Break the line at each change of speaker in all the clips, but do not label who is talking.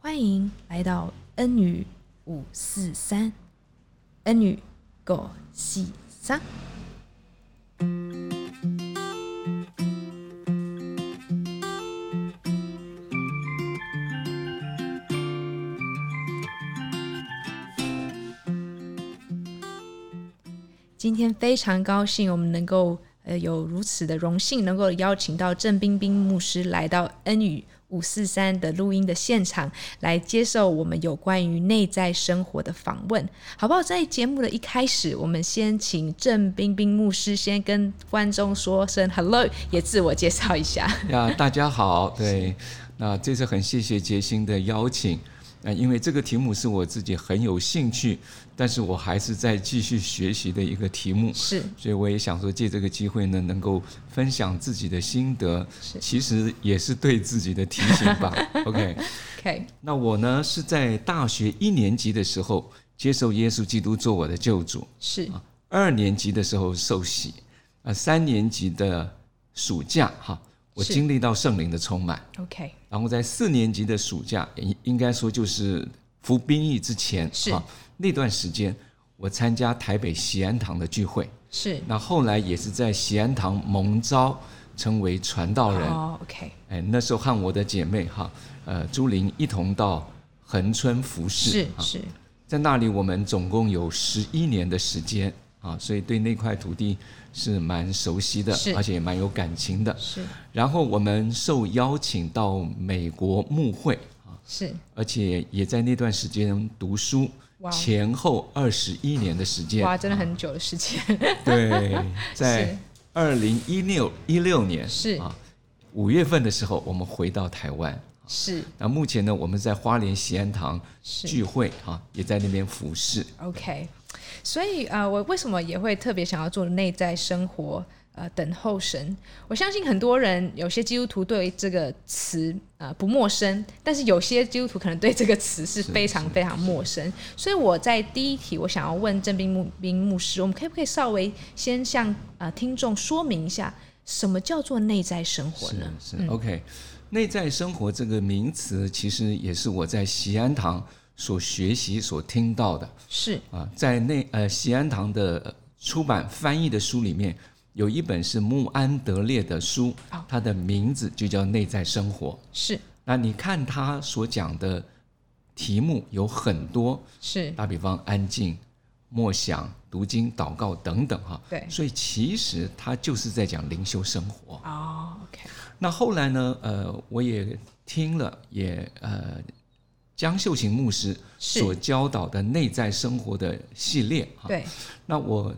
欢迎来到恩语五四三，恩语狗戏三。今天非常高兴，我们能够呃有如此的荣幸，能够邀请到郑冰冰牧师来到恩语五四三的录音的现场，来接受我们有关于内在生活的访问，好不好？在节目的一开始，我们先请郑冰冰牧师先跟观众说声 hello，也自我介绍一下。
呀，大家好，对，那这次很谢谢杰星的邀请，那因为这个题目是我自己很有兴趣，但是我还是在继续学习的一个题目，
是
所以我也想说借这个机会呢，能够分享自己的心得
是，
其实也是对自己的提醒吧。OK，
，OK，
那我呢是在大学一年级的时候接受耶稣基督做我的救主，
是
二年级的时候受洗，啊，三年级的暑假哈，我
是
经历到圣灵的充满。
OK，
然后在四年级的暑假，应应该说就是服兵役之前
是
啊那段时间，我参加台北喜安堂的聚会，
是
那后来也是在喜安堂蒙召成为传道人。
哦，OK，
哎，那时候和我的姐妹哈，呃，朱玲一同到恒春服侍，
是
啊
是
在那里我们总共有十一年的时间啊，所以对那块土地是蛮熟悉的
是，
而且也蛮有感情的。
是
然后我们受邀请到美国牧会，
是，
而且也在那段时间读书，
哇
前后二十一年的时间。
哇，真的很久的时间，
对，
是
在二零一六一六年
是
啊五月份的时候，我们回到台湾。
是
那目前呢，我们在花莲喜安堂
是
聚会啊，也在那边服侍。
OK，所以呃，我为什么也会特别想要做内在生活？呃，等候神，我相信很多人有些基督徒对这个词呃不陌生，但是有些基督徒可能对这个词是非常非常陌生。所以我在第一题，我想要问郑斌牧斌牧师，我们可不可以稍微先向呃听众说明一下，什么叫做内在生活呢？
是是 OK，内在生活这个名词其实也是我在喜安堂所学习、所听到的。
是
啊，在内呃喜安堂的出版翻译的书里面，有一本是穆安德烈的书
哦，
它的名字就叫《内在生活》。
是
那你看他所讲的题目有很多，
是，
打比方安静、默想、读经、祷告等等哈。
对
所以其实他就是在讲灵修生活。
哦，OK，
那后来呢？呃，我也听了，也呃，江秀琴牧师
是
所教导的内在生活的系列哈。
对，
那我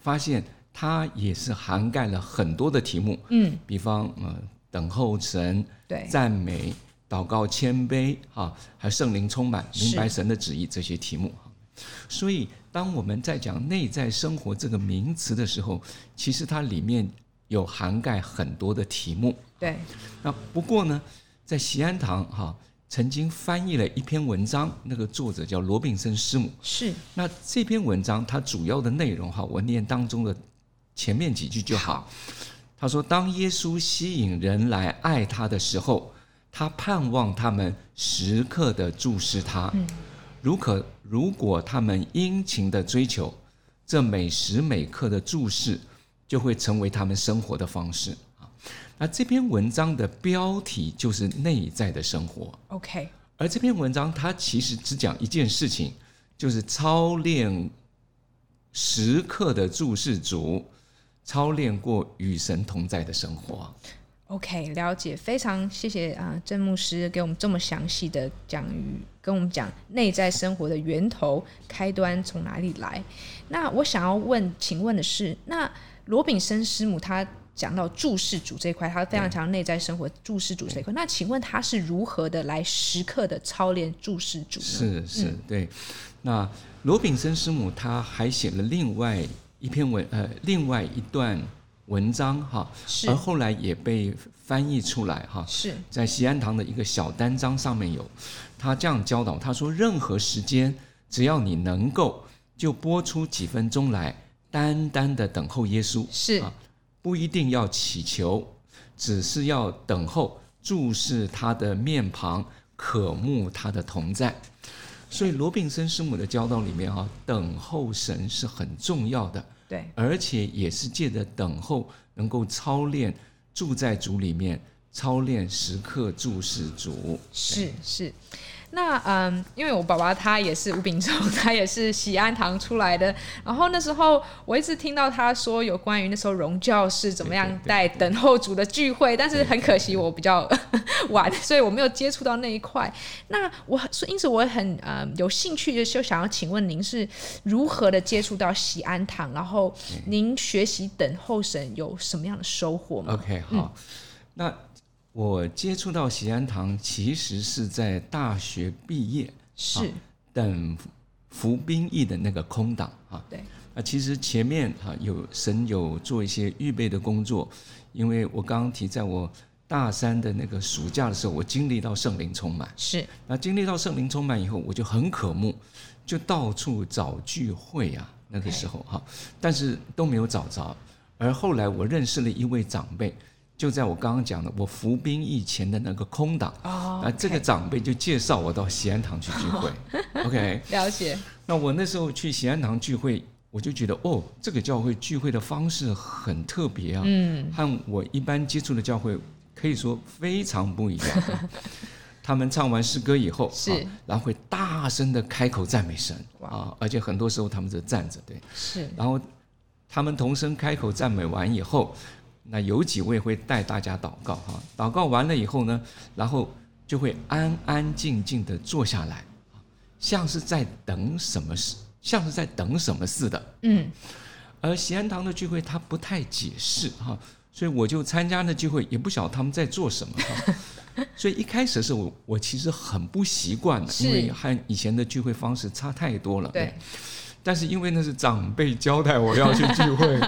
发现它也是涵盖了很多的题目，
嗯，
比方呃等候神、
对，
赞美、祷告、谦卑啊，还有圣灵充满、
是
明白神的旨意这些题目哈。所以，当我们在讲内在生活这个名词的时候，其实它里面有涵盖很多的题目。
对，
那不过呢，在西安堂哈、曾经翻译了一篇文章，那个作者叫罗宾森师母。
是
那这篇文章它主要的内容哈，我念当中的前面几句就好。他说：“当耶稣吸引人来爱他的时候，他盼望他们时刻的注视他。如可如果他们殷勤的追求，这每时每刻的注视就会成为他们生活的方式啊。那这篇文章的标题就是内在的生活。
OK，
而这篇文章它其实只讲一件事情，就是操练时刻的注视主，操练过与神同在的生活。
OK，了解，非常谢谢啊、呃郑牧师给我们这么详细的讲与跟我们讲内在生活的源头开端从哪里来。那我想要问，请问的是，那罗炳生师母她讲到注视主这一块，她非常强调内在生活注视主这一块。那请问她是如何的来时刻的操练注视主呢？
是是，对。那罗炳生师母她还写了另外一篇文，呃，另外一段文章哈，
是
而后来也被翻译出来哈，
是
在西安堂的一个小单章上面有，他这样教导，他说：任何时间，只要你能够，就拨出几分钟来，单单的等候耶稣，
是、
啊不一定要祈求，只是要等候，注视他的面庞，渴慕他的同在。所以罗宾森师母的教导里面啊，等候神是很重要的，
对，
而且也是借着等候能够操练住在主里面，操练时刻注视主。
是是。那嗯，因为我爸爸他也是吴秉忠， 他也是喜安堂出来的。然后那时候我一直听到他说有关于那时候荣教是怎么样
对对对
带等候主的聚会，但是很可惜我比较 晚，所以我没有接触到那一块。那我所以因此我很呃有兴趣的就想要请问您是如何的接触到喜安堂，然后
嗯
您学习等候神有什么样的收获吗？
OK，好，那我接触到喜安堂其实是在大学毕业
是
等服兵役的那个空档啊。
对，
啊，其实前面啊有神有做一些预备的工作，因为我刚刚提，在我大三的那个暑假的时候，我经历到圣灵充满。
是
那经历到圣灵充满以后，我就很渴慕，就到处找聚会啊。那个时候哈但是都没有找着。而后来我认识了一位长辈，就在我刚刚讲的我服兵役前的那个空档，
哦
那，这个长辈就介绍我到喜安堂去聚会。OK，
了解
那我那时候去喜安堂聚会，我就觉得哦，这个教会聚会的方式很特别啊，嗯，和我一般接触的教会可以说非常不一 样啊。他们唱完诗歌以后，
是
啊然后会大声的开口赞美神啊，而且很多时候他们是站着，对，
是
然后他们同声开口赞美完以后，那有几位会带大家祷告哈、祷告完了以后呢，然后就会安安静静的坐下来，像是在等什么事，像是在等什么似的。
嗯
而喜安堂的聚会他不太解释哈、所以我就参加那聚会，也不晓得他们在做什么 哈、所以一开始的时候，我我其实很不习惯的，
是
因为和以前的聚会方式差太多了。
对。
但是因为那是长辈交代我要去聚 会，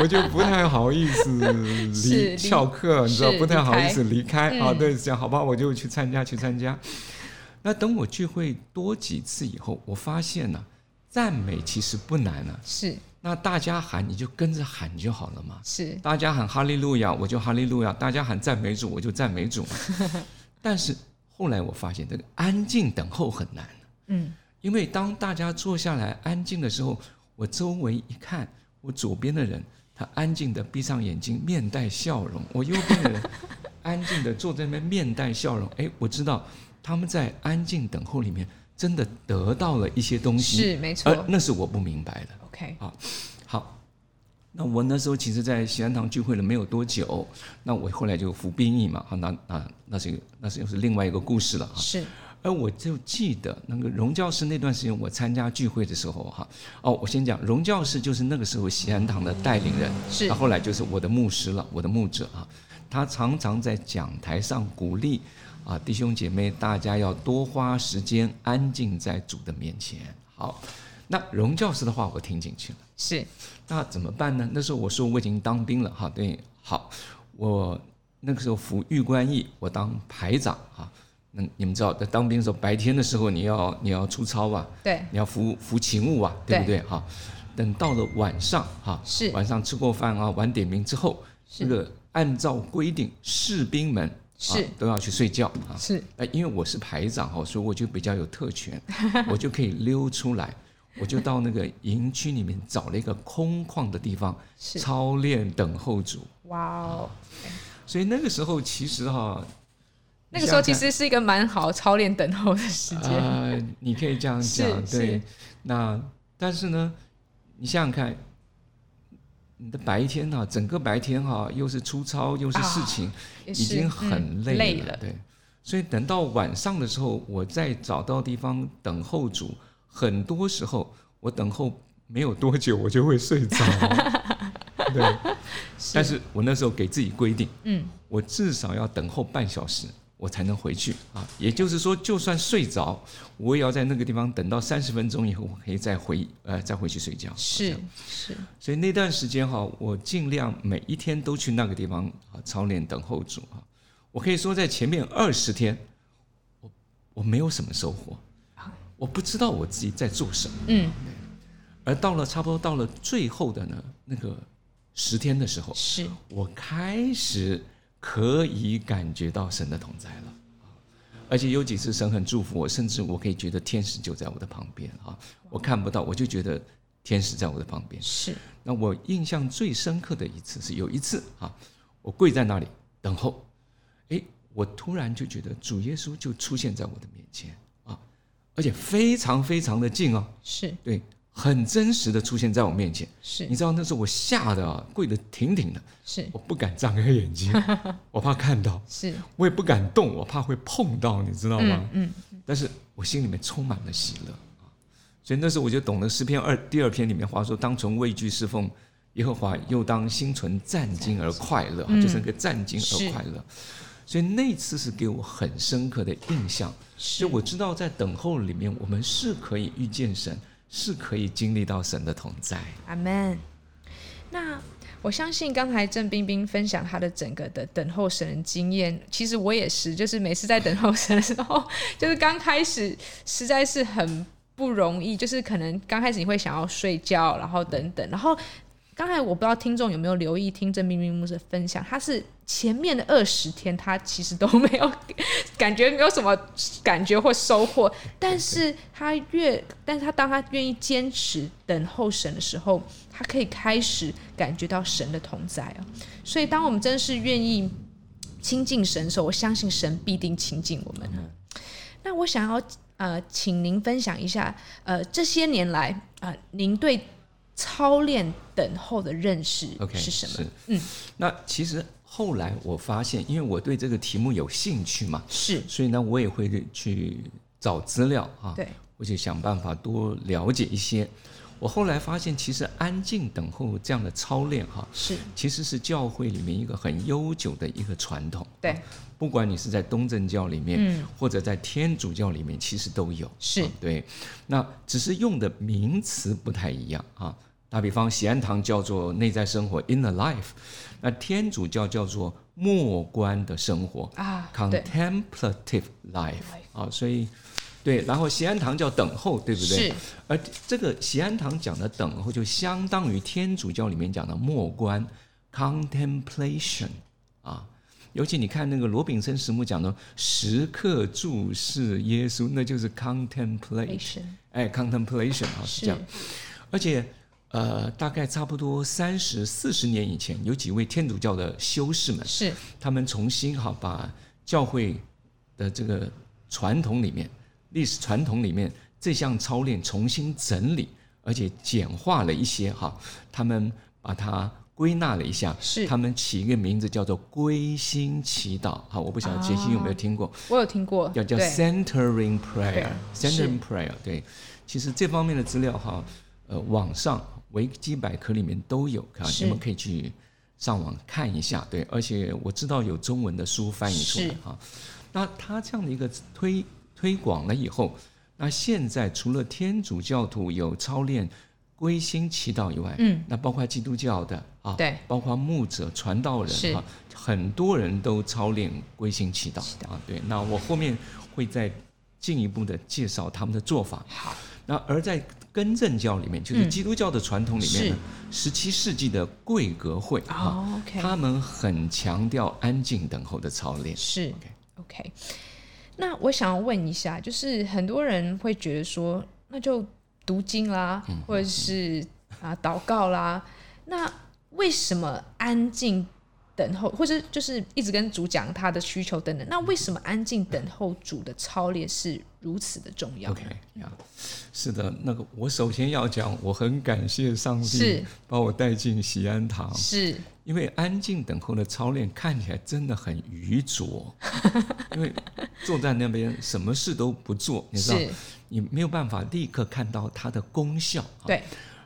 我就不太好意思
是离
离翘课，你知道
是
不太好
离
意
开
思离开啊。
嗯
对，这样好吧，我就去参加去参加。那等我聚会多几次以后，我发现呢、赞美其实不难啊，
是
那大家喊你就跟着喊就好了嘛。
是
大家喊哈利路亚，我就哈利路亚；大家喊赞美主，我就赞美主 嘛。但是后来我发现，这个安静等候很难。
嗯。
因为当大家坐下来安静的时候，我周围一看，我左边的人他安静的闭上眼睛，面带笑容；我右边的人安静的坐在那边，面带笑 容。哎，我知道他们在安静等候里面真的得到了一些东西，呃
是没错。
而那是我不明白的。
OK，
好，那我那时候其实，在喜安堂聚会了没有多久，那我后来就服兵役嘛，啊，那那那是那是又是另外一个故事了啊。
是
而我就记得那个荣教师那段时间，我参加聚会的时候哈，哦，我先讲荣教师就是那个时候喜安堂的带领人，
是
那后来就是我的牧师了，我的牧者啊，他常常在讲台上鼓励啊弟兄姐妹，大家要多花时间安静在主的面前。好，那荣教师的话我听进去了。
是
那怎么办呢？那时候我说我已经当兵了哈，对，好，我那个时候服预官役，我当排长哈。那你们知道，在当兵的时候，白天的时候你要你要出操啊，
对
你要服服勤务啊，对不对哈？等到了晚上哈，
是
晚上吃过饭啊，晚点名之后，
是
这个按照规定，士兵们啊
是
都要去睡觉啊。
是
哎，因为我是排长哦，所以我就比较有特权，我就可以溜出来，我就到那个营区里面找了一个空旷的地方
是，
操练等候组。
哇
啊
哦！
所以那个时候其实哈、
那个时候其实是一个蛮好操练等候的时间，
呃，你可以这样讲，
是
对
是。
那但是呢，你想想看，你的白天哈、整个白天哈、又是粗糙又是事情，
也
已
是
经很
嗯
累了，
累了，
对。所以等到晚上的时候，我再找到地方等候主，很多时候我等候没有多久，我就会睡 着。对，但是我那时候给自己规定，
嗯，
我至少要等候半小时，我才能回去啊。也就是说，就算睡着，我也要在那个地方等到三十分钟以后，我可以再回呃再回去睡觉。
是是
所以那段时间哈，我尽量每一天都去那个地方啊操练等候主啊。我可以说，在前面二十天，我我没有什么收获，我不知道我自己在做什么。
嗯
而到了差不多到了最后的呢那个十天的时候，
是
我开始可以感觉到神的同在了，而且有几次神很祝福我，甚至我可以觉得天使就在我的旁边啊，我看不到，我就觉得天使在我的旁边。
是
那我印象最深刻的一次是有一次啊，我跪在那里等候，诶，我突然就觉得主耶稣就出现在我的面前啊，而且非常非常的近哦，
是
对，很真实的出现在我面前。
是
你知道那时候我吓得啊，跪得挺挺的，
是
我不敢张开眼睛，我怕看到，
是，
我也不敢动，我怕会碰到，你知道吗？
嗯嗯，
但是我心里面充满了喜乐啊，所以那时候我就懂得诗篇二第二篇里面话说：“当从畏惧侍奉耶和华，又当心存战兢而快乐。啊”
嗯
就是那个战兢而快乐。所以那次是给我很深刻的印象，
是
就我知道在等候里面，我们是可以遇见神，是可以经历到神的同在。
阿门。那我相信刚才郑冰冰分享她的整个的等候神的经验，其实我也是，就是每次在等候神的时候，就是刚开始实在是很不容易，就是可能刚开始你会想要睡觉，然后等等，然后。刚才我不知道听众有没有留意听郑冰冰牧师的分享，他是前面的二十天，他其实都没有感觉没有什么感觉或收获，但是他越，但是他当他愿意坚持等候神的时候，他可以开始感觉到神的同在哦。所以，当我们真是愿意亲近神的时候，我相信神必定亲近我们。
嗯
那我想要呃，请您分享一下，呃，这些年来啊、呃您对操练等候的认识
OK
是什么？
嗯，那其实后来我发现，因为我对这个题目有兴趣嘛，
是
所以呢，我也会去找资料啊，
对，
我就想办法多了解一些。我后来发现，其实安静等候这样的操练哈、
是，
其实是教会里面一个很悠久的一个传统。
对，
不管你是在东正教里面，
嗯
或者在天主教里面，其实都有。
是
啊对，那只是用的名词不太一样啊。打比方，喜安堂叫做内在生活 （inner life），那天主教叫做默观的生活
啊，对，
（contemplative life） 啊。所以，对，然后喜安堂叫等候，对不对？
是
而这个喜安堂讲的等候，就相当于天主教里面讲的默观 （contemplation） 啊。尤其你看那个罗炳生师母讲的时刻注视耶稣，那就是 contemplation，
Patient，
哎，contemplation 啊，是
是
这样。而且，呃，大概差不多三十四十年以前，有几位天主教的修士们，
是
他们重新哈把教会的这个传统里面、历史传统里面这项操练重新整理，而且简化了一些哈，他们把它归纳了一下。
是
他，们起一个名字叫做“归心祈祷”哈，我不晓得杰西有没有听过，
我有听过，
要叫
对
centering
对
prayer，centering prayer。对，其实这方面的资料哈，呃，网上维基百科里面都有啊，
是
你们可以去上网看一下。对，而且我知道有中文的书翻译出来
是
哈。那他这样的一个推推广了以后，那现在除了天主教徒有操练归心祈祷以外，
嗯，
那包括基督教的啊，
对，
包括牧者、传道
是
人啊，很多人都操练归心祈祷
祈
啊。对，那我后面会再进一步的介绍他们的做法。
好，嗯
那而在根正教里面，就是基督教的传统里面呢，十七、世纪的贵格会啊，
哦，OK，
他们很强调安静等候的操练。
是
OK
OK。那我想要问一下，就是很多人会觉得说，那就读经啦，
嗯
或者是啊祷告啦，那为什么安静等候，或者就是一直跟主讲他的需求等等，那为什么安静等候主的操练是如此的重要
OK 呀、是的，那个我首先要讲，我很感谢上帝
是
把我带进喜安堂，
是
因为安静等候的操练看起来真的很 愚拙，因为坐在那边什么事都不做，你知道，
是，
你没有办法立刻看到它的功效。
对，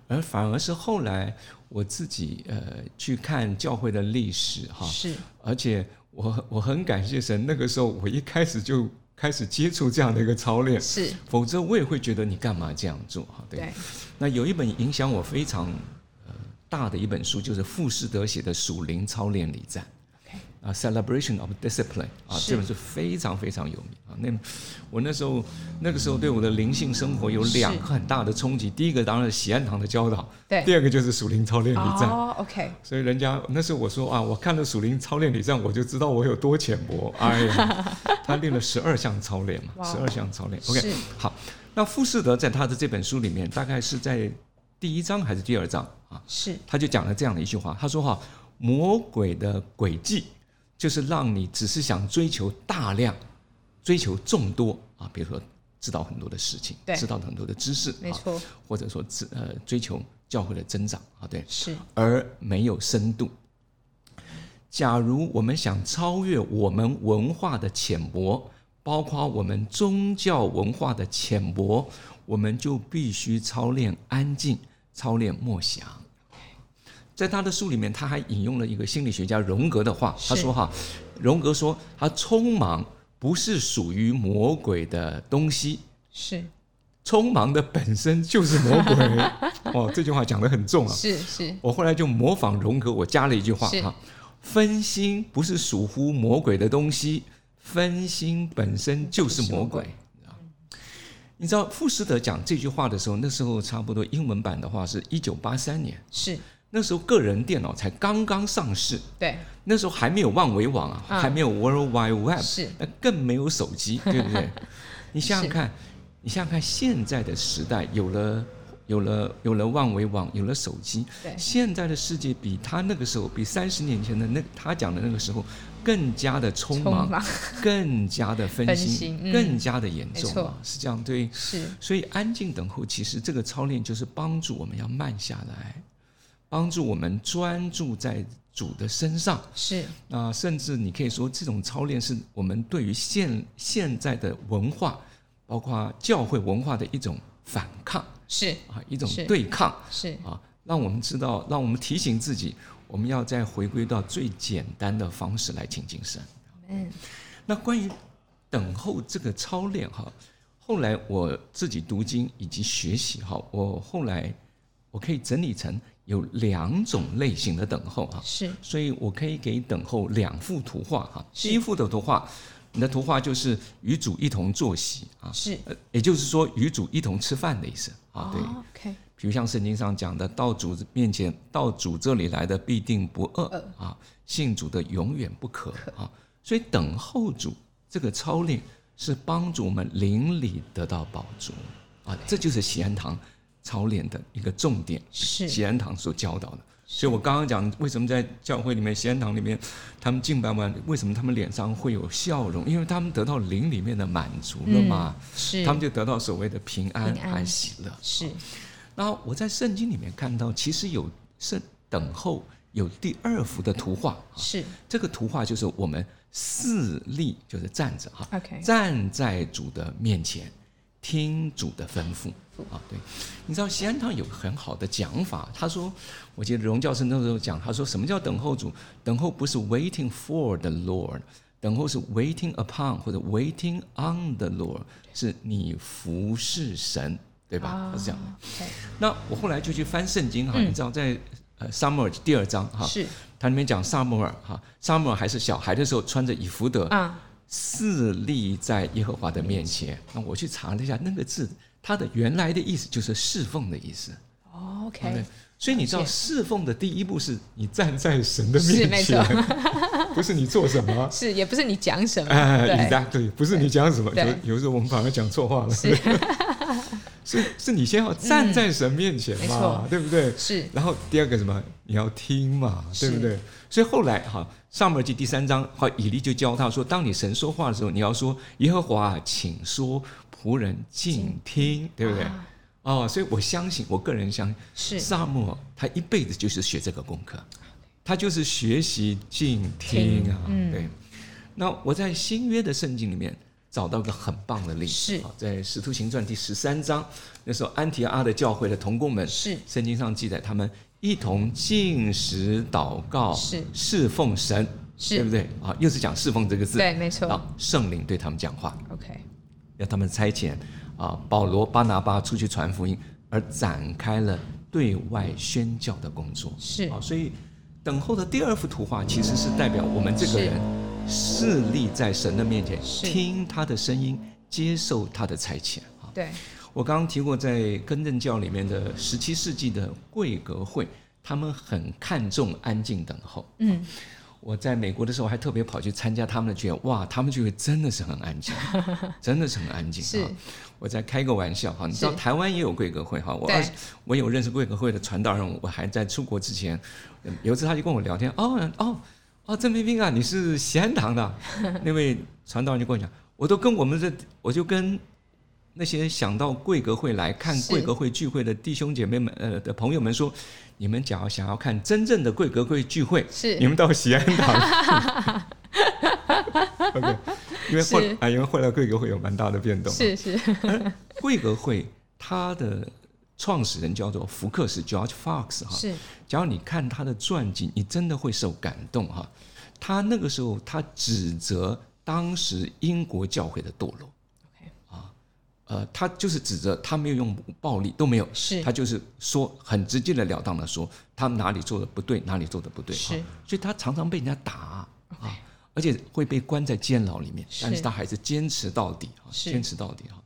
而反而是后来我自己呃去看教会的历史哈，
是
而且我我很感谢神，那个时候我一开始就开始接触这样的一个操练，
是，
否则我也会觉得你干嘛这样做哈？对。
对，
那有一本影响我非常呃大的一本书，就是傅士德写的《属灵操练礼赞》
OK。
啊，《Celebration of Discipline》啊，
是
这本书非常非常有名啊。那我那时候那个时候对我的灵性生活有两个很大的冲击，第一个当然是喜安堂的教导，
对
第二个就是属灵操练礼赞。
哦，OK，
所以人家那时候我说啊，我看了属灵操练礼赞，我就知道我有多浅薄。哎 呀，他练了十二项操练嘛，
哇
十二项操练。OK，
是
好。那富士德在他的这本书里面，大概是在第一章还是第二章啊？
是
他就讲了这样的一句话，他说哈、魔鬼的诡计就是让你只是想追求大量，追求众多啊，比如说知道很多的事情，
对
知道很多的知识，
没
啊，
错，
或者说知呃追求教会的增长啊，对，
是
而没有深度。假如我们想超越我们文化的浅薄，包括我们宗教文化的浅薄，我们就必须操练安静，操练默想。在他的书里面，他还引用了一个心理学家荣格的话，他
是
说：“哈，荣格说，他匆忙不是属于魔鬼的东西，
是
匆忙的本身就是魔鬼。”哦，这句话讲得很重啊。
是是，
我后来就模仿荣格，我加了一句话
是
哈：分心不是属乎魔鬼的东西，分心本身就是魔鬼。啊你知道富士德讲这句话的时候，那时候差不多英文版的话是一九八三年，
是
那时候个人电脑才刚刚上市，
对，
那时候还没有万维网啊，
嗯
还没有 World Wide Web，
是
那更没有手机，对不对？ 你想想看，你想想看，现在的时代有了有了有了万维网，有了手机，
对，
现在的世界比他那个时候，比三十年前的那他讲的那个时候更加的匆忙，
忙
更加的分
分
心，
心嗯
更加的严
没
重
错
啊，是这样对。
是
所以安静等候，其实这个操练就是帮助我们要慢下来，帮助我们专注在主的身上。
是
那、甚至你可以说，这种操练是我们对于现现在的文化，包括教会文化的一种反抗
是
啊，一种
是
对抗。
是
啊，让我们知道，让我们提醒自己，我们要再回归到最简单的方式来亲近神。
嗯
那关于等候这个操练哈，后来我自己读经以及学习哈，我后来我可以整理成有两种类型的等候哈，
是
所以我可以给等候两幅图画哈。
是
第一幅的图画，你的图画就是与主一同坐席啊，
是
呃也就是说与主一同吃饭的意思啊，对。
哦，OK，
比如像圣经上讲的，到主面前，到主这里来的必定不饿啊，信主的永远 不渴啊。所以等候主这个操练是帮助我们邻里得到饱足啊，这就是喜安堂操练的一个重点，
是
喜安堂所教导的。所以我刚刚讲为什么在教会里面喜安堂里面，他们敬拜完，为什么他们脸上会有笑容？因为他们得到灵里面的满足了嘛，
嗯是
他们就得到所谓的平安
平安
和喜乐。
是
那我在圣经里面看到，其实有圣等候有第二幅的图画，
是
这个图画就是我们四立，就是站着哈，
OK，
站在主的面前，听主的吩咐啊。对，你知道西安堂有个很好的讲法，他说，我记得荣教授那时候讲，他说什么叫等候主？等候不是 waiting for the Lord，等候是 waiting upon 或者 waiting on the Lord，是你服侍神，对吧？他是这样。
哦，OK，
那我后来就去翻圣经哈，你知道在呃撒母耳第二章哈，
嗯是
它里面讲撒母耳哈，撒母耳还是小孩的时候穿着以弗德，
啊，
侍立在耶和华的面前。那我去查了一下那个字，它的原来的意思就是侍奉的意思。
哦
对
OK，
所以你知道
了解
侍奉的第一步是你站在神的
是
面
没
前
错，
不是你做什 么。
是也不是你讲什么，
哎，
对
你答对，不是你讲什么，
对
有有时候我们反而讲错话了，
是嗯
是是你先要站在神面前
没
嘛
错，
对不对？
是
然后第二个什么？你要听嘛，
是
对不对？所以后来哈，《上面记》第三章，哈，以利就教他说，当你神说话的时候，你要说：“耶和华，请说，仆人静听。”对不对？
啊
哦，所以我相信，我个人相信，
是
萨母他一辈子就是学这个功课，他就是学习静听啊。
嗯
对。那我在新约的圣经里面找到个很棒的例子，
是
啊在《使徒行传》第十三章，那时候安提阿的教会的同工们
是
圣经上记载，他们一同进食、祷告、
是
侍奉神，
是
对不对？啊，又是讲侍奉这个字。
对，没错
啊，圣灵对他们讲话，
，OK，
要他们差遣啊，保罗、巴拿巴出去传福音，而展开了对外宣教的工作。
是
啊，所以等候的第二幅图画其实是代表我们这个
是
人势立在神的面前，
是
听他的声音，接受他的差遣啊。
对，
我刚刚提过，在根正教里面的十七世纪的贵格会，他们很看重安静等候。
嗯，
我在美国的时候还特别跑去参加他们的聚会，哇，他们聚会真的是很 安静，真的是很安静。
是
啊，我再开个玩笑哈，你知道
是
台湾也有贵格会哈，我
对
二十我有认识贵格会的传道人，我还在出国之前，嗯有一次他就跟我聊天，哦哦哦，郑冰冰啊，你是西安堂的啊， 那位传道人就跟我讲，我都跟我们这，我就跟。那些想到贵格会来看
是
贵格会聚会的弟兄姐妹们，呃的朋友们说，你们假如想要看真正的贵格会聚会，你
是
们到喜安堂。OK，因为后
是
啊，因为后来贵格会有蛮大的变动。
是是，
贵格会它的创始人叫做福克斯 （George Fox） 哈。
是
假如你看他的传记，你真的会受感动哈。他那个时候，他指责当时英国教会的堕落。
OK
啊，呃，他就是指责他没有用暴力，都没有，
是
他就是说很直截了当的说，他们哪里做的不对，哪里做的不对。
是
哈所以他常常被人家打啊，而且会被关在监牢里面，
是
但是他还是坚持到底啊，
是
坚持到底啊。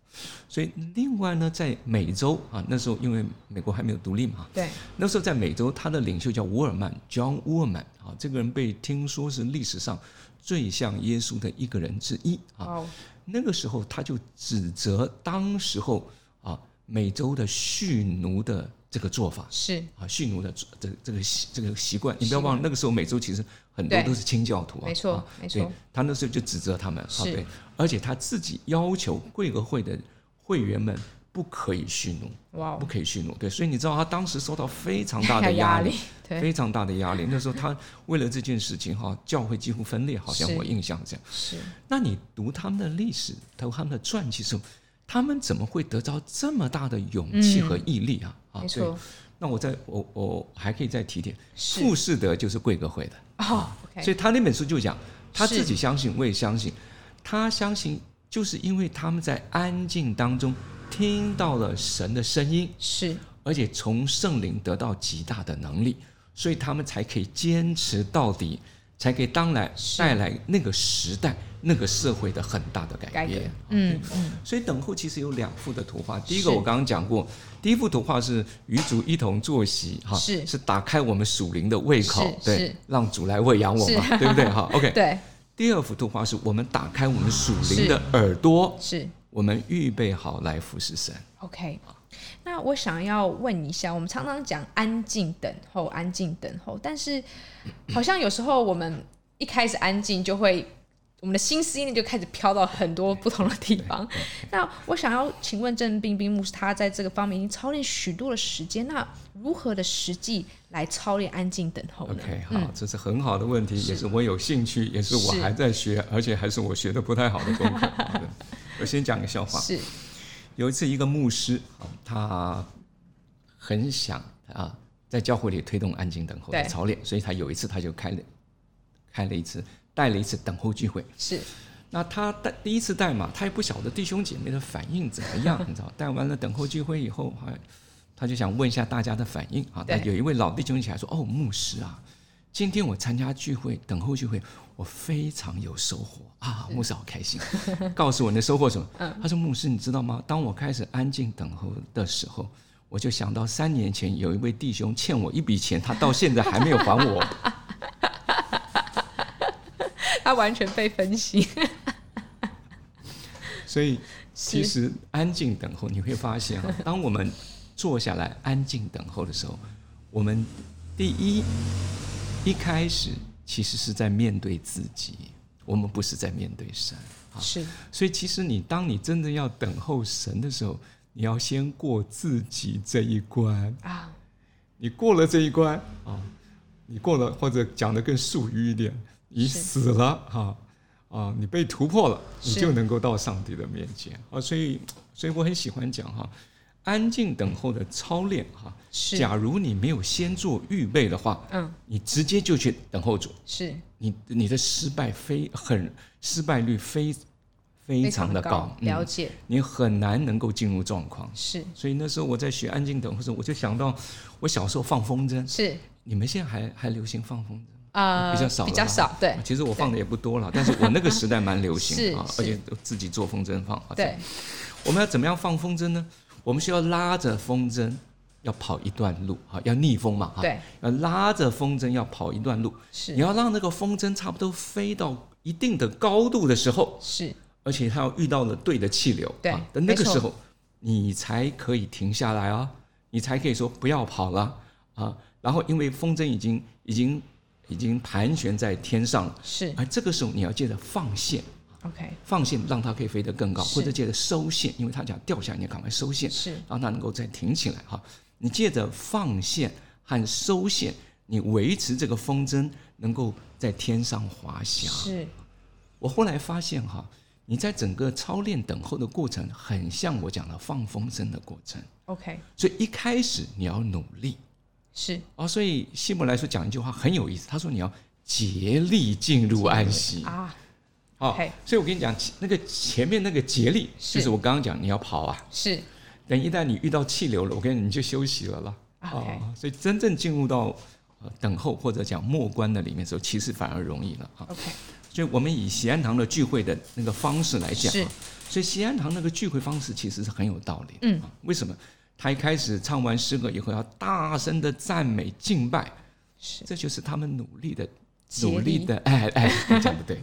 所以另外呢，在美洲啊，那时候因为美国还没有独立嘛，
对，
那时候在美洲，他的领袖叫沃尔曼 （John Woolman） 啊，这个人被听说是历史上最像耶稣的一个人之一啊。
哦，
那个时候他就指责当时候啊美洲的蓄奴的这个做法
是
啊，蓄奴的这这个习这个习惯，你不要忘了，那个时候美洲其实很多
对
都是清教徒啊，
没错
啊
没
对
错
他那时候就指责他们，啊
是
对，而且他自己要求贵格会的会员们不可以蓄奴。
哇
不
哦，
可以蓄奴，对，所以你知道他当时受到非常大
还
的
有
压
压
力
力，，对，
非常大的压力。那时候他为了这件事情哈，教会几乎分裂，好像
是
我印象这样。
是
那你读他们的历史，读他们的传记时候，他们怎么会得到这么大的勇气
嗯
和毅力啊？啊
没，
对。
错，
那我再我我还可以再提点，
是
富啊士德就是贵格会的，
哦
所
，OK，
以他那本书就讲他
是
自己相信，我也相信，他相信就是因为他们在安静当中听到了神的声音，
是
而且从圣灵得到极大的能力，所以他们才可以坚持到底，才可以当然
是
带来那个时代、那个社会的很大的改
改
变
革。，嗯嗯，
所以等候其实有两幅的图画，第一
是
个我刚刚讲过，第一幅图画是与主一同坐席，哈，
是
是打开我们属灵的胃口，
是
对
是，
让主来喂养我
是
嘛，对不对？哈，OK。
对，
第二幅图画是我们打开我们属灵的耳朵，
是
我们预备好来服侍神。
OK。那我想要问一下，我们常常讲安静等候，安静等候，但是好像有时候我们一开始安静，就会我们的心思意念就开始飘到很多不同的地方。 那我想要请问郑冰冰牧师，他在这个方面已经操练许多的时间，那如何的实际来操练安静等候呢
OK，好，这是很好的问题，也是我有兴趣，也是我
是
还在学，而且还是我学的不太好的功课。好的我先讲个笑话。
是
有一次，一个牧师，啊他很想啊，在教会里推动安静等候的
对
操练，所以他有一次他就开了开了一次带了一次等候聚会。
是
那他带第一次带嘛，他也不晓得弟兄姐妹的反应怎么样，你知道？带完了等候聚会以后，还他就想问一下大家的反应啊。那
对
有一位老弟兄起来说：“哦，牧师啊，今天我参加聚会，等候聚会，我非常有收获啊，牧师好开心。告诉我你的收获什么？他说：牧师，你知道吗？当我开始安静等候的时候。”我就想到三年前有一位弟兄欠我一笔钱，他到现在还没有还我。
他完全被分析，
所以其实安静等候，你会发现啊，当我们坐下来安静等候的时候，我们第一一开始其实是在面对自己，我们不是在面对神。
是
所以其实你当你真的要等候神的时候，你要先过自己这一关。
啊，
你过了这一关啊，你过了，或者讲的更术语一点，你
是
死了哈啊，你被突破了，你
是
就能够到上帝的面前啊。所以，所以我很喜欢讲哈，安静等候的操练哈。
是
假如你没有先做预备的话，
嗯
你直接就去等候主，
是
你你的失败非很失败率非非常的高，
了
嗯，
解
你很难能够进入状况。
是
所以那时候我在学安静等候的时候，我就想到我小时候放风筝，
是
你们现在还还流行放风筝吗？
呃，
比较少了
比较少，对
其实我放的也不多了，但是我那个时代蛮 流
是
行啊，
是
而且都自己做风筝放。啊
对，
我们要怎么样放风筝呢？我们需要拉着风筝，要跑一段路啊，要逆风嘛哈，
对，
要拉着风筝要跑一段路，你
是
要让那个风筝差不多飞到一定的高度的时候，
是
而且它要遇到了对的气流，
对
啊的那
没
个
错
时候，你才可以停下来啊，你才可以说不要跑了啊。然后因为风筝已经已经已经盘旋在天上了，啊
是
而这个时候你要借着放线，
，OK，
放线让它可以飞得更高，
是
或者借着收线，因为它讲掉下来，你要赶快收线，
是
让它能够再挺起来哈。你借着放线和收线，你维持这个风筝能够在天上滑翔。
是
我后来发现哈，你在整个操练等候的过程，很像我讲的放风筝的过程。
OK，
所以一开始你要努力
是
啊、哦所以希伯来说讲一句话很有意思，他说你要竭力进入安息。
啊，
好、
OK
所以我跟你讲，那个前面那个竭力，
是
就是我刚刚讲你要跑啊，
是
等一旦你遇到气流了，我跟你你就休息了啦。啊
OK
所以真正进入到呃等候或者讲末关的里面的时候，其实反而容易了啊。
OK，
所以我们以喜安堂的聚会的那个方式来讲
是
啊，所以喜安堂那个聚会方式其实是很有道理的。
嗯
啊，为什么？他一开始唱完诗歌以后，要大声的赞美敬拜，
是
这就是他们努力的、
竭
努力的，哎哎，我讲不对，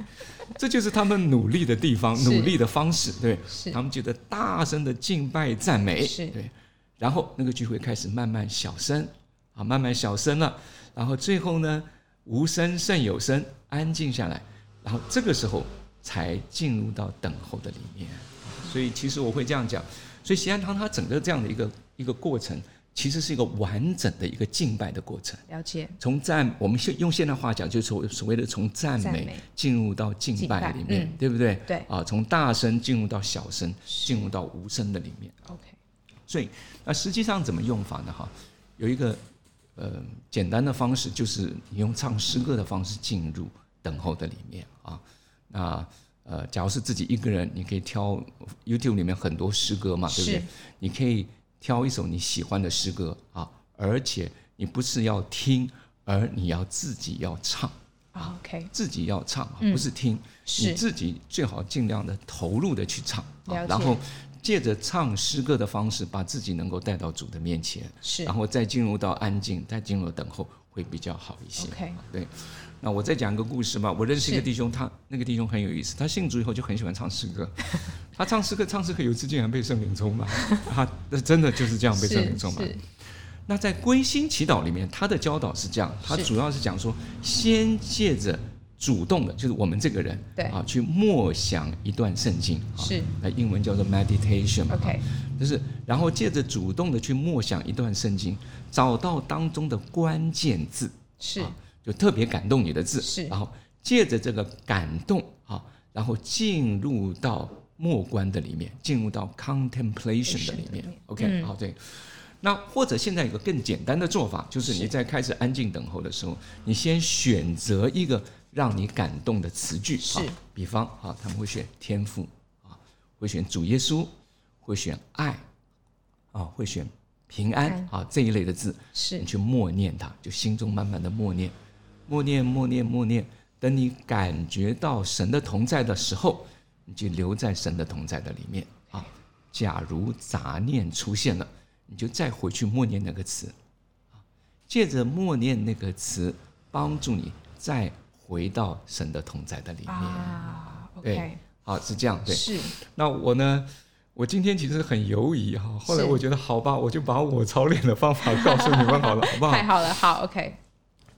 这就是他们努力的地方，
是
努力的方式，对
是
他们觉得大声的敬拜赞美，
是
对，然后那个聚会开始慢慢小声啊，慢慢小声了，然后最后呢，无声胜有声，安静下来，然后这个时候才进入到等候的里面，所以其实我会这样讲，所以西安堂它整个这样的一个一个过程，其实是一个完整的一个敬拜的过程。
了解，
从赞，我们现用现代话讲，就是所所谓的从赞
赞
美
美
进入到敬
敬
拜
拜
里面，
嗯
对不对？
对
啊，从大声进入到小声，进入到无声的里面。
OK，
所以，那实际上怎么用法呢？哈，有一个呃简单的方式，就是你用唱诗歌的方式进入等候的里面啊。那呃，假如是自己一个人，你可以挑 YouTube 里面很多诗歌嘛，对不对
是？
你可以挑一首你喜欢的诗歌啊，而且你不是要听，而你要自己要唱，
啊 OK，
自己要唱，啊
嗯
不是听。你
是
自己最好尽量的投入的去唱，啊
了解
然后借着唱诗歌的方式，把自己能够带到主的面前，
是
然后再进入到安静，再进入等候，会比较好一些。
OK，
对，那我再讲一个故事吧。我认识一个
是
弟兄，他那个弟兄很有意思，他信主以后就很喜欢唱诗 歌。他唱诗歌，唱诗歌，有一次竟然被圣灵充满，他真的就是这样被圣灵
是
充满。
是
那在归心祈祷里面，他的教导是这样，他
是
主要是讲说，先借着主动的，就是我们这个人，
对
啊，去默想一段圣经，啊
是，
那英文叫做 meditation 嘛
OK，
就是然后借着主动的去默想一段圣经，找到当中的关键字，
是
啊就特别感动你的字，
是
然后借着这个感动啊，然后进入到默观的里面，进入到 contemplation 的里面
里面。
OK，、
嗯
好，对。那或者现在有个更简单的做法，就是你
是
在开始安静等候的时候，你先选择一个让你感动的词句，
是
啊比方啊，他们会选天赋啊，会选主耶稣，会选爱啊，会选平安啊这一类的字，
是
你去默念它，就心中慢慢的默念，默念，默念，默念。等你感觉到神的同在的时候，你就留在神的同在的里面啊。假如杂念出现了，你就再回去默念那个词，啊，借着默念那个词，帮助你再回到神的同在的里面。
啊
对
OK，
好，是这样嗯对。
是
那我呢，我今天其实很犹疑哈，后来
是
我觉得好吧，我就把我操练的方法告诉你们好了，好不好
太？好了，好 OK，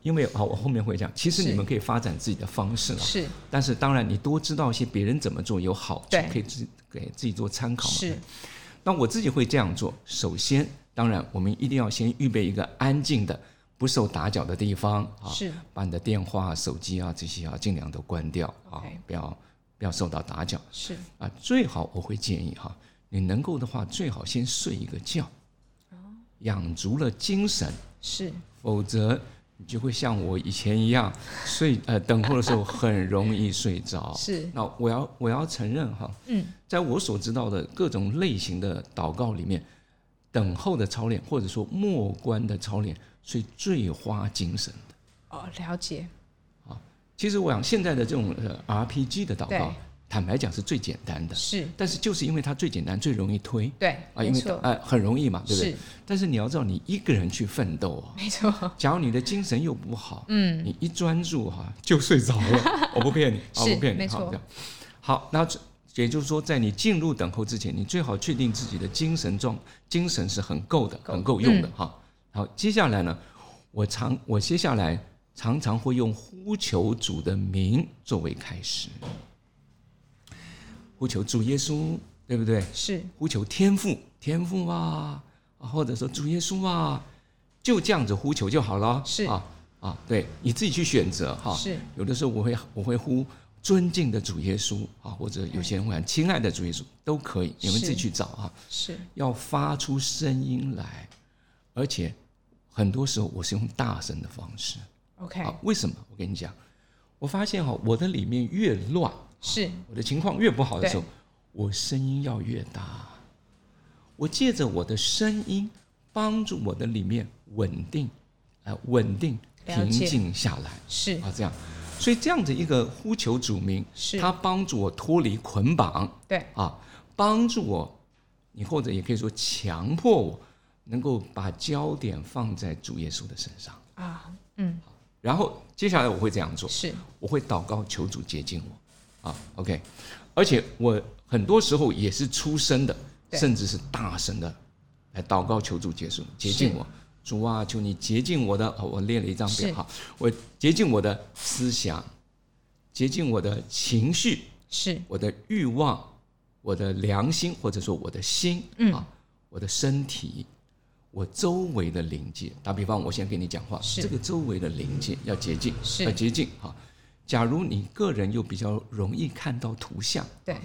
因为啊，我后面会讲，其实
是
你们可以发展自己的方式了，
是
但是当然你多知道一些别人怎么做有好处
对，
可以自给自己做参考嘛。
是
那我自己会这样做，首先，当然我们一定要先预备一个安静的、不受打搅的地方啊，
是
把你的电话、手机啊这些啊尽量都关掉啊
OK，
不要不要受到打搅
是
啊。最好我会建议哈、你能够的话，最好先睡一个觉，
哦
养足了精神，
是
否则你就会像我以前一样睡呃等候的时候很容易 睡着。
是
那我要我要承认哈，
嗯，
在我所知道的各种类型的祷告里面，等候的操练或者说默观的操练所以最花精神。
哦，了解，
其实我想现在的这种呃 RPG 的祷
对
告，坦白讲是最简单的，
是，
但是就是因为它最简单，最容易推
对，
啊，
没
因为
错，
呃很容易嘛，对不对？
是，
但是你要知道，你一个人去奋斗啊，
没错，
假如你的精神又不好，
嗯，
你一专注哈、就睡着 了，我不骗你，啊，我
是
不骗你，
没
好
错
这样。好，那这也就是说，在你进入等候之前，你最好确定自己的精神状精神是很够的，
够嗯
很够用的哈、好，接下来呢，我常我接下来常常会用呼求主的名作为开始，呼求主耶稣，对不对？
是，
呼求天父，天父啊，啊或者说主耶稣啊，就这样子呼求就好了。
是
啊啊，对你自己去选择哈。
是，
有的时候我会我会呼尊敬的主耶稣啊，或者有些人会喊亲爱的主耶稣都可以，你们
是
自己去找哈。
是，
要发出声音来，而且很多时候我是用大声的方式
OK，
啊。为什么？我跟你讲，我发现哈，我的里面越乱，
是，
我的情况越不好的时候，我声音要越大。我借着我的声音，帮助我的里面稳定，呃，稳定
了
平
解
静下来
是，
啊，这样。所以这样子一个呼求主名，
是，
它帮助我脱离捆绑
对，
啊，帮助我，你或者也可以说强迫我，能够把焦点放在主耶稣的身上。
啊，嗯，
然后接下来我会这样做，
是，
我会祷告求主接近我啊，OK，而且我很多时候也是出声的，
对
甚至是大声的来祷告求主接束接近我。主啊，求你洁净我的，哦我列了一张
是
表哈，我洁净我的思想，洁净我的情绪，
是，
我的欲望，我的良心，或者说我的心，
嗯
啊，我的身体，我周围的临界。打比方，我现在跟你讲话，
是
这个周围的临界要洁净，
是
要洁净哈。假如你个人又比较容易看到图像，
对，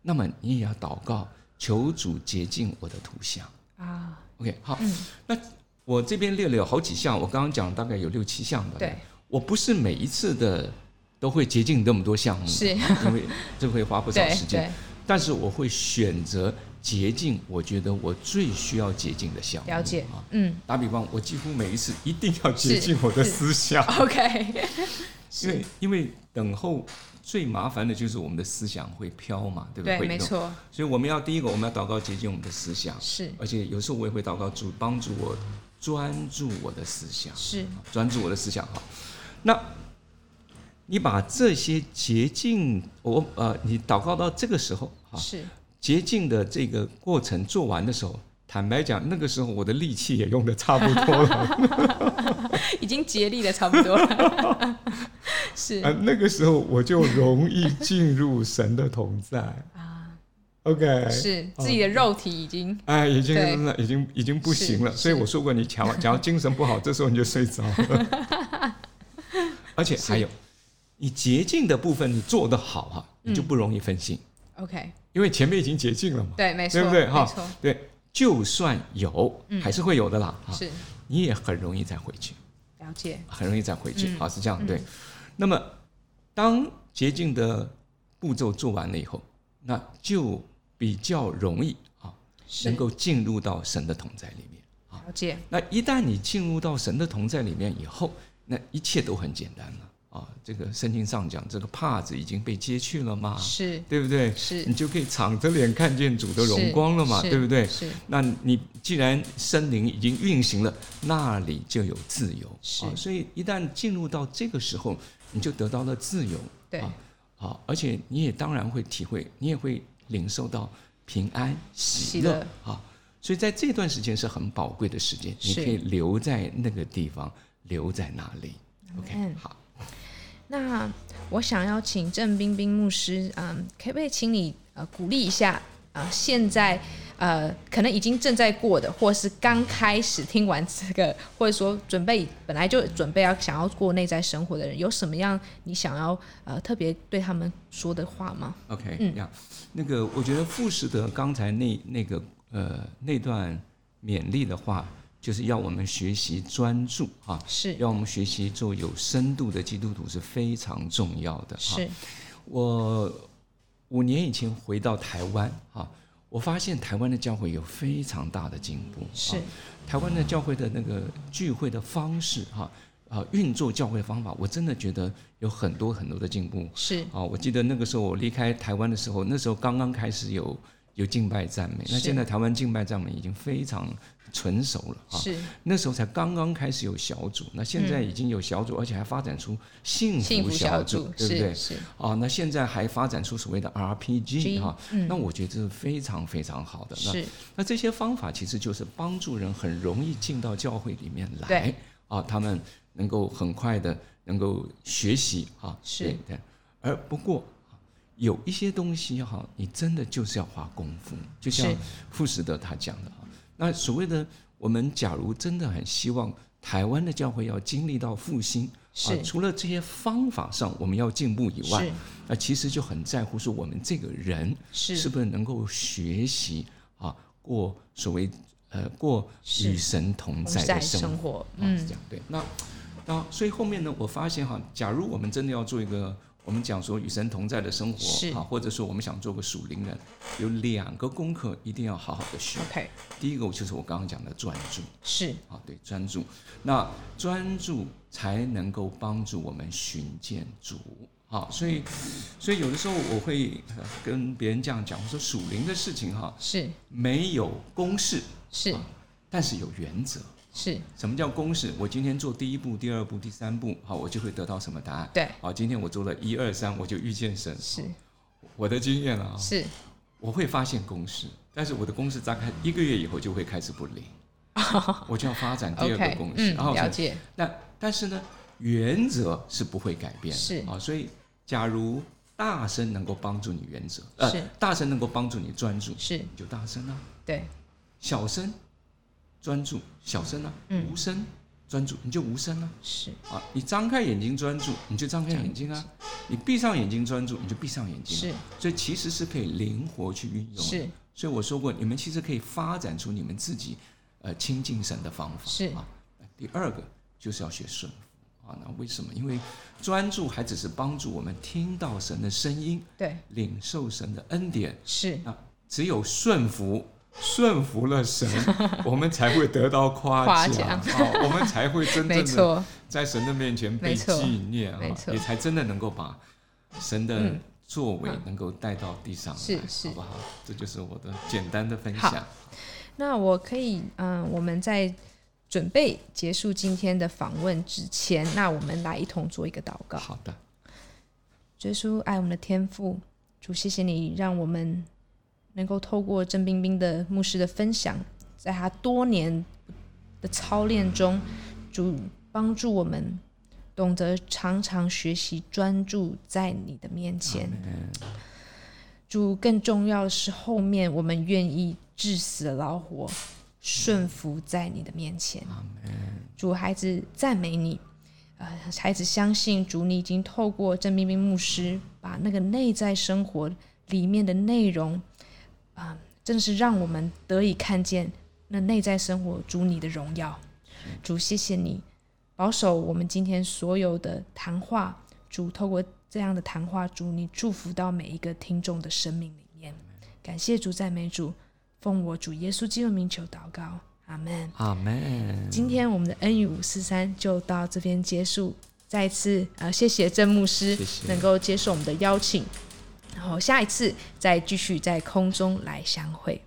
那么你也要祷告，求主洁净我的图像。
啊，
OK，好，那我这边列了有好几项，我刚刚讲大概有六七项吧。
对，
我不是每一次的都会洁净那么多项目，
是
因为这会花不少
对，
时间。
对，
但是我会选择捷径，我觉得我最需要捷径的项目。
了解
啊，，
嗯
打比方，我几乎每一次一定要捷径我的
是
思想，
，OK，
因为 因为等候最麻烦的就是我们的思想会飘嘛，对不对？
对，
会
没
动。
错，
所以我们要第一个，我们要祷告捷径我们的思想，
是，
而且有时候我也会祷告主帮助我专注我的思想，
是，
专注我的思想哈。那你把这些捷径，我呃，你祷告到这个时候哈，
是，
捷径的这个过程做完的时候，坦白讲，那个时候我的力气也用的差不多 了。
已经竭力的差不多了， 是
啊，那个时候我就容易进入神的同在。
啊，
OK，
是自己的肉体已经
哎，已经
对
已经已经不行了。
是
所以我说过，你强，假如精神不好，这时候你就睡着了。
而且还有，你捷径的部分你做得好哈、
嗯
你就不容易分心，
OK，
因为前面已经洁净了嘛。
对，没错，
对不对
没
哈
错，
对，就算有，还是会有的啦。
嗯
哈，
是
你也很容易再回去，
了解，
很容易再回去。
嗯
好，是这样对。那么，当捷径的步骤做完了以后，那就比较容易啊，
是
能够进入到神的同在里面。
了解，
那一旦你进入到神的同在里面以后，那一切都很简单了啊。这个圣经上讲，这个帕子已经被揭去了嘛，
是
对不对？
是
你就可以敞着脸看见主的荣光了嘛，
是
对不对？
是
那你既然森林已经运行了，那里就有自由
是
啊。所以一旦进入到这个时候，你就得到了自由
对
啊啊，而且你也当然会体会，你也会领受到平安喜
喜
乐
乐
啊。所以在这段时间是很宝贵的时间，你
是
可以留在那个地方，留在那里。OK，
Amen
好，
那我想要请郑冰冰牧师，嗯，可不可以请你呃鼓励一下啊、现在呃可能已经正在过的，或是刚开始听完这个，或者说准备本来就准备要想要过内在生活的人，有什么样你想要呃特别对他们说的话吗？
OK，
嗯
呀、那个我觉得富士德刚才那那个呃那段勉励的话，就是要我们学习专注啊，
是
要我们学习做有深度的基督徒是非常重要的。啊
是
我五年以前回到台湾啊，我发现台湾的教会有非常大的进步，
是
啊台湾的教会的那个聚会的方式哈啊运作教会的方法，我真的觉得有很多很多的进步
是
啊！我记得那个时候我离开台湾的时候，那时候刚刚开始有有敬拜赞美，那
是
现在台湾敬拜赞美已经非常成熟了啊。
是
那时候才刚刚开始有小组，那现在已经有小组，而且还发展出幸
幸
福
福
小
小
组，
组，
对不对
是？是
啊，那现在还发展出所谓的 RPG 哈、
嗯
那我觉得这是非常非常好的。那
是
那这些方法其实就是帮助人很容易进到教会里面来
对，
啊，他们能够很快的能够学习啊，
是
对对。而不过啊有一些东西哈、你真的就是要花功夫，就像
是
傅士德他讲的啊。那所谓的我们假如真的很希望台湾的教会要经历到复兴，啊
是，
除了这些方法上我们要进步以外
是，
那其实就很在乎说我们这个人
是
是不是能够学习啊，过所谓呃过
是
与神同在
在
的生活，
活，
嗯，是
嗯
这，样对。那那所以后面呢，我发现哈，假如我们真的要做一个。我们讲说与神同在的生
是
活啊，或者说我们想做个属灵人，有两个功课一定要好好的学。
，OK，
第一个就是我刚刚讲的专注，
是
啊，对，专注。那专注才能够帮助我们寻见主啊，所以，所以有的时候我会呃跟别人这样讲，我说属灵的事情哈、
是
没有公式，
是
但是有原则。
是，
什么叫公式？我今天做第一步、第二步、第三步，好，我就会得到什么答案？
对，
啊，今天我做了一二三，我就遇见神。
是
我的经验啊，
是
我会发现公式，但是我的公式大概一个月以后就会开始 不灵，我就要发展第二个
，OK，
公式，
嗯
然后，我才
了解，
那但是呢，原则是不会改变的
是
啊、所以假如大声能够帮助你原则，呃
是，
大声能够帮助你专注，
是
你就大声啊；
对，
小声专注，小声啊；
嗯
无声专注，你就无声啊。
是
啊，你张开眼睛专注，你就张开眼睛啊；你闭上眼睛专注，你就闭上眼睛啊、
是
所以其实是可以灵活去运用的。
是
所以我说过，你们其实可以发展出你们自己呃亲近神的方法。
是
啊，那第二个就是要学顺服啊。那为什么？因为专注还只是帮助我们听到神的声音，
对，
领受神的恩典。
是
那只有顺服，
顺服了 神，我们才会得到夸
夸
奖，
奖
啊，我们才会真
没
正的
错，
在神的面前被
没错
纪念啊
没，错
你才真的能够把神的
嗯
作为
嗯
能够带到地上来，
是是
好不好？这就是我的简单的分
好
享。
那我可以，嗯、我们在准备结束今天的访问之前，那我们来一同做一个祷告。
好的，
耶稣爱我们的天父，主谢谢你让我们能够透过郑冰冰的牧师的分享，在他多年的操练中，主帮助我们懂得常常学习专注在你的面前。主更重要的是，后面我们愿意至死劳活，顺服在你的面前。主，孩子赞美你，呃，孩子相信主，你已经透过郑冰冰牧师把那个内在生活里面的内容，啊、真是让我们得以看见那内在生活主你的荣耀。主，谢谢你保守我们今天所有的谈话。主，透过这样的谈话，主你祝福到每一个听众的生命里面。感谢主，赞美主，奉我主耶稣基督的名求祷告，阿门。
阿门。
今天我们的恩语五四三就到这边结束。再次呃，谢谢郑牧师
谢谢
能够接受我们的邀请，然后下一次再继续在空中来相会。